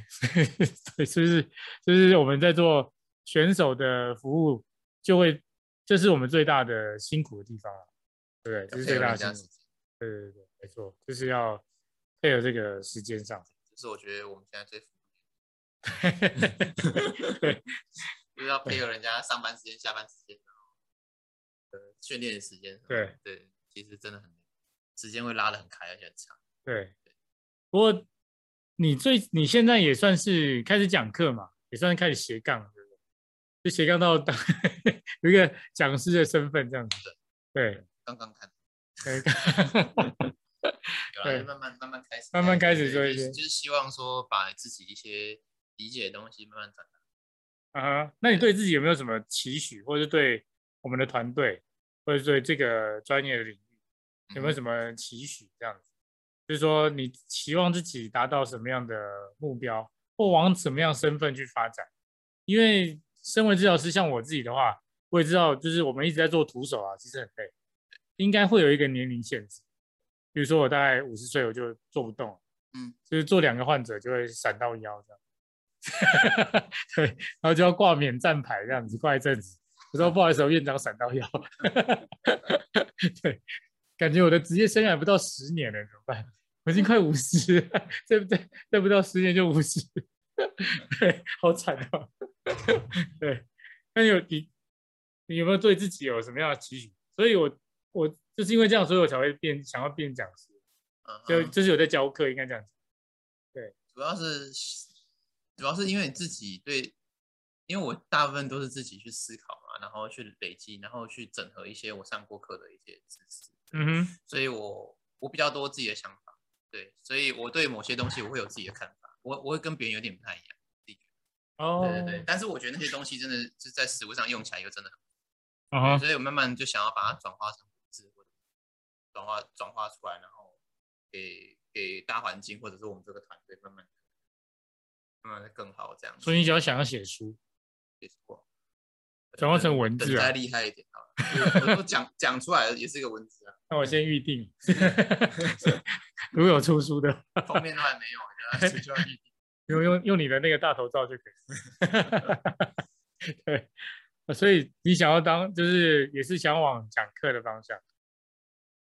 A: 对，就是就是我们在做选手的服务，就会这是我们最大的辛苦的地方了，啊对不对？这是
B: 配
A: 最
B: 合
A: 大
B: 人
A: 的
B: 家
A: 辛
B: 时
A: 苦。
B: 间，
A: 对对对，没错，就是要配合这个时间上。
B: 就是我觉得我们现在最服务嗯
A: 嘿嘿嘿嘿
B: 就是要配合人家上班时间、下班时间，然后呃训练的时间。
A: 对
B: 对，其实真的很累，时间会拉得很开，而且很长。
A: 对，不过你最你现在也算是开始讲课嘛，也算是开始斜杠了，对不对？就斜杠到 有一个讲师的身份这样子。对，
B: 刚刚看，
A: 斜杠
B: 有
A: 对
B: 啦，就慢慢慢慢开始，
A: 慢慢开始
B: 对
A: 做一
B: 就
A: 些
B: 是就是希望说把自己一些理解的东西慢慢转达。
A: 啊哈。那你对自己有没有什么期许，或者是对我们的团队，或者是对这个专业的领域，有没有
B: 么？
A: 什么期许？这样子，就是说你期望自己达到什么样的目标，或往什么样身份去发展？因为身为治疗师，像我自己的话，我也知道，就是我们一直在做徒手啊，其实很累，应该会有一个年龄限制。比如说我大概五十岁，我就做不动了，
B: 嗯，
A: 就是做两个患者就会闪到腰这样。 对，然后就要挂免战牌这样子，挂一阵子。我说不好意思，我院长闪到腰。对，感觉我的职业生涯不到十年了，怎么办？我已经快五十， 再不再再不到十年就五十， 对，好惨哦。 对，那你有你你有没有对自己有什么样的期许？所以我我就是因为这样，所以我才会变想要变讲师，
B: 嗯
A: 就
B: 嗯
A: 就是有在教课，应该这样子。
B: 主要是主要是因为你自己对，因为我大部分都是自己去思考嘛，然后去累积，然后去整合一些我上过课的一些知识。
A: 嗯哼，
B: 所以我我比较多自己的想法，对，所以我对某些东西我会有自己的看法，我我会跟别人有点不太一样，
A: 哦，
B: 对对对。但是我觉得那些东西真的是在实物上用起来又真的很
A: 嗯
B: 好，
A: 哼，
B: 所以我慢慢就想要把它转化成文字，或者转化转化出来，然后给给大环境或者是我们这个团队慢慢慢慢的更好这样子。
A: 所以你只要想要写书，
B: 也是我
A: 转化成文字啊
B: 等再厉害一点好了， 我我都讲讲出来也是一个文字啊，
A: 那我先预定， 如果有出书的话，
B: 封面都还没有，我觉 得需要一
A: 用用用你的那个大头照就可以。 对，呃所以你想要当，就是也是想往讲课的方向。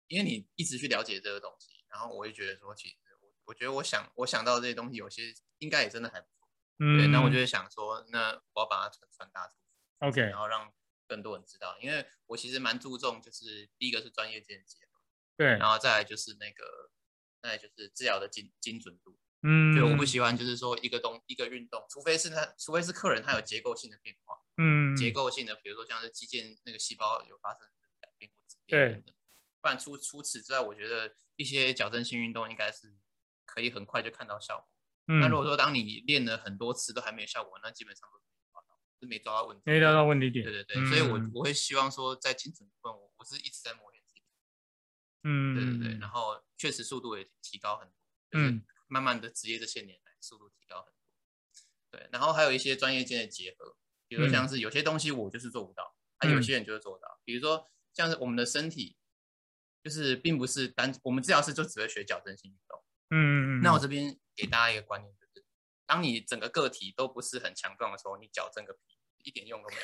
B: 因为你一直去了解这个东西，然后我会觉得说，其实我我觉得我想我想到这些东西，有些应该也真的还不错。对，
A: 嗯，
B: 那我就会想说，那我要把它传传达出去，
A: OK，
B: 然后让更多人知道。因为我其实蛮注重，就是第一个是专业见解，
A: 对，
B: 然后再来就是那个，再来就是治疗的精精准度。
A: 嗯，
B: 对，我不喜欢就是说一个东一个运动，除非是他，除非是客人他有结构性的变化，
A: 嗯，
B: 结构性的，比如说像是肌腱那个细胞有发生改变或质
A: 对
B: 变等等。不然除除此之外，我觉得一些矫正性运动应该是可以很快就看到效果。
A: 嗯，
B: 那如果说当你练了很多次都还没有效果，那基本上都是没抓到，是没抓到问题。
A: 没聊到问题点，
B: 对对对，所以我
A: 嗯
B: 我会希望说，在精准部分，我我是一直在磨练自己。
A: 嗯，
B: 对对对，然后确实速度也提高很多，就是
A: 嗯
B: 慢慢的职业这些年来速度提高很多。对，然后还有一些专业间的结合，比如说像是有些东西我就是做不到，啊，有
A: 嗯
B: 些人就是做得到。比如说像是我们的身体，就是并不是单我们治疗师就只会学矫正性运动。
A: 嗯，嗯，嗯
B: 那我这边给大家一个观念，就是当你整个个体都不是很强壮的时候，你矫正个屁，一点用都没有。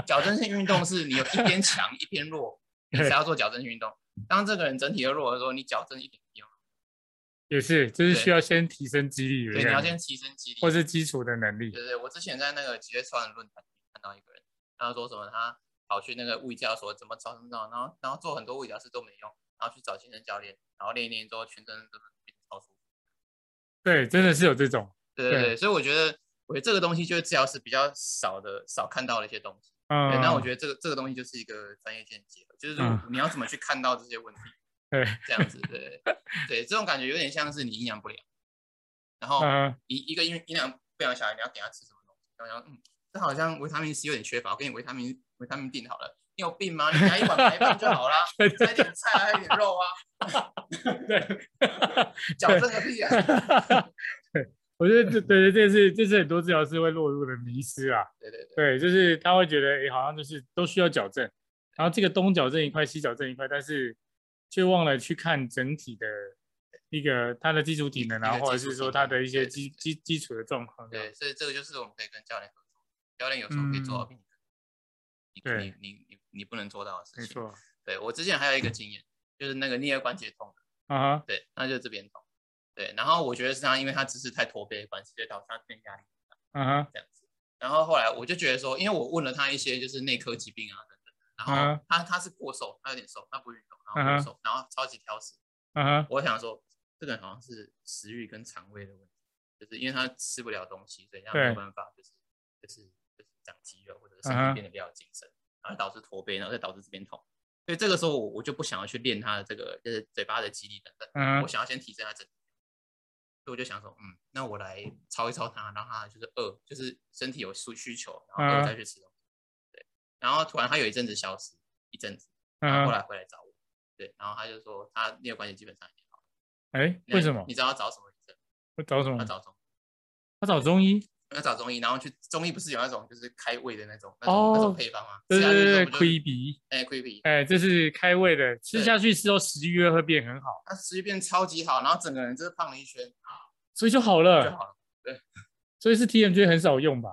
B: 对矫正性运动是你有一边强一边弱，你才要做矫正性运动。当这个人整体都弱的时候，你矫正一点用
A: 也是，就是
B: 对
A: 需要先提升肌力，
B: 没有。对，你要，先提升肌力。
A: 或是基础的能力
B: 对，对，我之前在那个职业超人论坛看到一个人，他说什么他跑去那个物理教所怎么找怎么找，然后然后做很多物理教室都没用，然后去找健身教练，然后练一练之后全身都变超舒服。
A: 对，真的是有这种，
B: 对对
A: 对
B: 对，所以我觉得，我觉得这个东西就是治疗师比较少的、少看到的一些东西。
A: 嗯，
B: 对，那我觉得这个这个东西就是一个专业见解，就是如
A: 嗯
B: 你要怎么去看到这些问题，
A: 对
B: 这样子，对对，这种感觉有点像是你营养不良，然后
A: 嗯，
B: 一一个营营养不良小孩，你要给他吃什么东西？然后嗯，这好像维他命 C 有点缺乏，我给你维他命维他命定好了。你有病吗？你拿一碗白饭就好啦，
A: 对
B: 加一点菜啊，还有一点肉啊，
A: 对，
B: 矫正个屁啊！
A: 对，我觉得这对对，这是这是很多治疗师会落入的迷失啊。
B: 对对对，
A: 对，就是他会觉得，诶，好像就是都需要矫正，然后这个东矫正一块，西矫正一块，但是却忘了去看整体的一个他的基础体能啊，
B: 一个
A: 或者
B: 基础
A: 是说
B: 体
A: 他
B: 能
A: 的一些
B: 对
A: 基基基础的状况这样。
B: 对，所以这个就是我们可以跟教练合作，教练有时候可以做到比你可能你
A: 嗯对
B: 你你你你不能做到的
A: 没
B: 事情。
A: 错，
B: 对我之前还有一个经验，就是那个颞颌关节痛，
A: 啊哈，
B: 对，那就是这边痛，对，然后我觉得是他因为他姿势太驼背的关系，所以导致他这边压力
A: 啊哈，
B: 这样子。然后后来我就觉得说，因为我问了他一些就是内科疾病啊等等，然
A: 嗯
B: 后他他是过瘦，他有点瘦，他不运动，然后
A: 嗯哼
B: 过瘦，然后超级挑食。
A: 啊哈，
B: 我想说，这个人好像是食欲跟肠胃的问题，就是因为他吃不了东西，所以他没有
A: 对
B: 办法就是就是就是长肌肉或者是身
A: 嗯
B: 体
A: 哼
B: 变得比较紧身，然后导致驼背，然后再导致这边痛。所以这个时候我我就不想要去练他的这个就是嘴巴的肌力等等。
A: 啊
B: 我
A: 哈，
B: 想要先提升他整体，所以我就想说，嗯，那我来抄一抄他，让他就是饿，就是身体有需需求，然后饿
A: 嗯
B: 再去吃东西。对，然后突然他有一阵子消失，一阵子，然后
A: 啊
B: 后
A: 哈，
B: 来回来找我，对，然后他就说他颞颌关节基本上已经好了。
A: 哎，
B: 那
A: 为
B: 你
A: 什么嗯
B: 你？知道要找什么医生？
A: 我找什么
B: 要？找中，
A: 他找中医？
B: 要找中医，然后去中医不是有那种就是开胃的那种那
A: 哦
B: 种那种配方吗？
A: 对
B: 吃下去之
A: 对
B: 后
A: 对，
B: 不就
A: 亏鼻，
B: 哎亏鼻，
A: 哎，这是开胃的，吃
B: 对
A: 下去之后食欲会变很好，
B: 他食欲变超级好，然后整个人就是胖了一圈
A: 所以就好
B: 就
A: 了。
B: 好了。
A: 所以是 TMJ 很少用吧？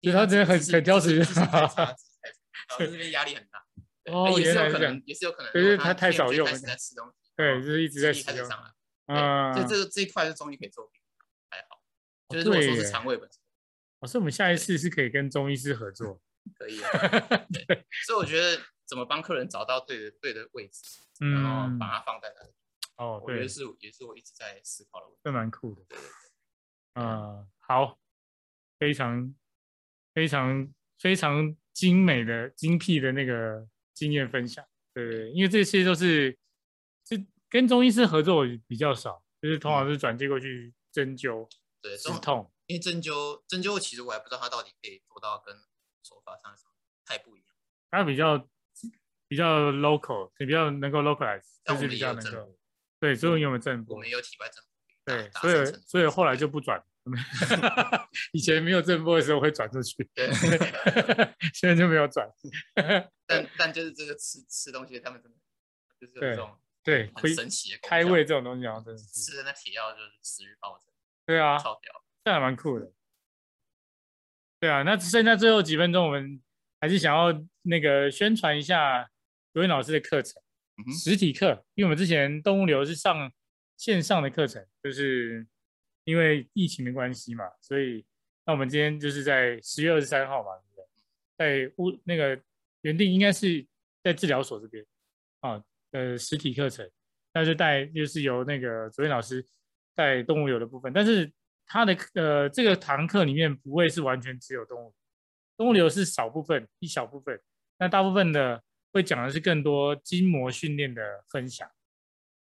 A: 就是他真的很
B: 只是
A: 很挑
B: 只是
A: 食
B: 只是太差只是 太差然后这边压力很大。对
A: 哦
B: 哎也是
A: 原来
B: 有
A: 是
B: 可
A: 这
B: 能
A: 样，
B: 也是有可能，
A: 对
B: 如果
A: 就是他太少用
B: 开
A: 了
B: 始在吃东西，
A: 对，就是一直在
B: 记忆开
A: 使
B: 始
A: 用。
B: 上来，
A: 啊，
B: 所以这个这一块是中医可以做，还好。
A: 哦
B: 就是如果说
A: 对
B: 是
A: 耶
B: 肠胃本身
A: 哦，所以我们下一次是可以跟中医师合作。
B: 可以啊，对，所以我觉得怎么帮客人找到对的对的位置，然后
A: 嗯，
B: 把它放在那里，
A: 哦，
B: 我觉
A: 对
B: 得，是也是我一直在思考的问题。
A: 这蛮酷 的。嗯，好，非常非常非常精美的精辟的那个经验分享。对，因为这些都是是跟中医师合作比较少，就是通
B: 嗯
A: 常是转介过去针灸
B: 对，这
A: 止
B: 种
A: 痛。
B: 因为针灸针灸其实我还不知道它到底可以做到跟手法上有什么太不一样，
A: 它比较比较 local，比较能够 localize，就
B: 但我
A: 是
B: 们
A: 比
B: 也有
A: 较能
B: 正
A: 够
B: 步，
A: 对，所以你有没有正
B: 我
A: 步
B: 们？也有体外正步，
A: 对，
B: 打
A: 所
B: 打
A: 以
B: 深层
A: 所以后来
B: 对
A: 就不转，以前没有正波的时候会转出去，
B: 对。
A: 现在就没有转。
B: 但但就是这个吃吃东西，他们真的就是有
A: 对
B: 这种
A: 对，
B: 很
A: 亏
B: 神奇的功效
A: 开胃这种东西好像真的是，
B: 吃的那铁药就是食欲暴增，
A: 对啊，
B: 超屌。
A: 这还蛮酷的。对啊，那剩下最后几分钟，我们还是想要那个宣传一下刘云老师的课程。
B: 嗯哼，
A: 实体课，因为我们之前动物流是上线上的课程，就是因为疫情的关系嘛，所以那我们今天就是在十月二十三号嘛，对不对在乌那个原定应该是在治疗所这边啊，呃，实体课程，那就带就是由那个主任老师带动物流的部分，但是他的呃这个堂课里面不会是完全只有动物，动物流是少部分一小部分，那大部分的会讲的是更多筋膜训练的分享。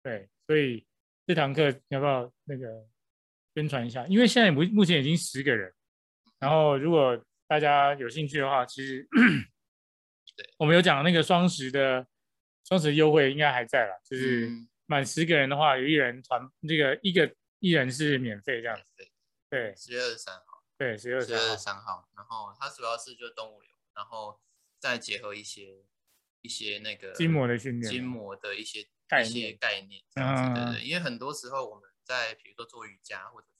A: 对，所以这堂课要不要那个宣传一下？因为现在目目前已经十个人，然后如果大家有兴趣的话，其实我们有讲那个双十的双十优惠应该还在啦，就是
B: 嗯
A: 满十个人的话，有一人团这个一个一人是免费这样。
B: 对，
A: 对
B: 十月二十三号，
A: 对，十二
B: 十
A: 三
B: 月二
A: 号
B: 十。三号，然后它主要是就是动物流，然后再结合一些一些那个
A: 筋膜的训练
B: 筋膜的一些
A: 概
B: 一些
A: 念
B: 概念这样子，对
A: 嗯
B: 对对，因为很多时候我们在比如说做瑜伽或者是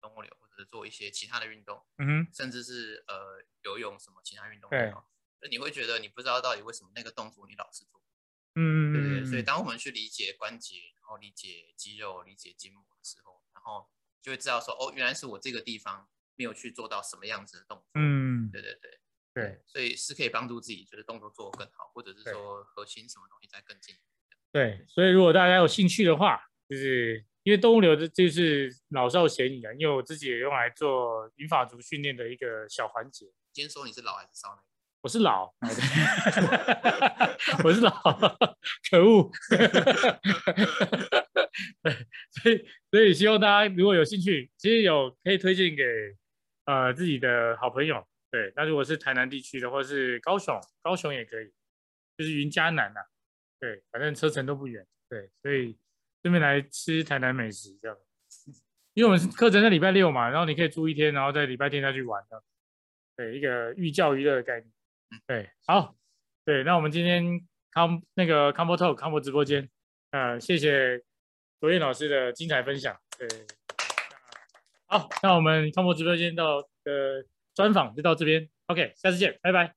B: 动物流，或者是做一些其他的运动，
A: 嗯哼，
B: 甚至是呃游泳什么其他运动
A: 对
B: 也好，就你会觉得你不知道到底为什么那个动作你老是做，
A: 嗯，
B: 对对对。所以
A: 嗯
B: 当我们去理解关节，然后理解肌肉、理解筋膜的时候，然后就会知道说，哦，原来是我这个地方没有去做到什么样子的动作。，
A: 嗯，
B: 对对对
A: 对，
B: 所以是可以帮助自己就是动作做得更好，或者是
A: 对
B: 说核心什么东西再更进一步。
A: 对，所以如果大家有兴趣的话，就是因为动物流的就是老少咸宜啊，因为我自己也用来做语法族训练的一个小环节。
B: 今天说你是老还是少呢？
A: 我是老， 我是老，可恶。 对，所以所以希望大家如果有兴趣，其实有可以推荐给呃自己的好朋友。对，那如果是台南地区的，或是高雄，高雄也可以，就是云嘉南呐、对，反正车程都不远。对，所以顺便来吃台南美食这样。因为我们是课程在礼拜六嘛，然后你可以住一天，然后在礼拜天再去玩的。对，一个寓教于乐的概念
B: 嗯。
A: 对，好，对，那我们今天康那个康波 talk 康波直播间，呃，谢谢卓燕老师的精彩分享。对，好，那我们康波直播间到呃专访就到这边，OK，下次见，拜拜。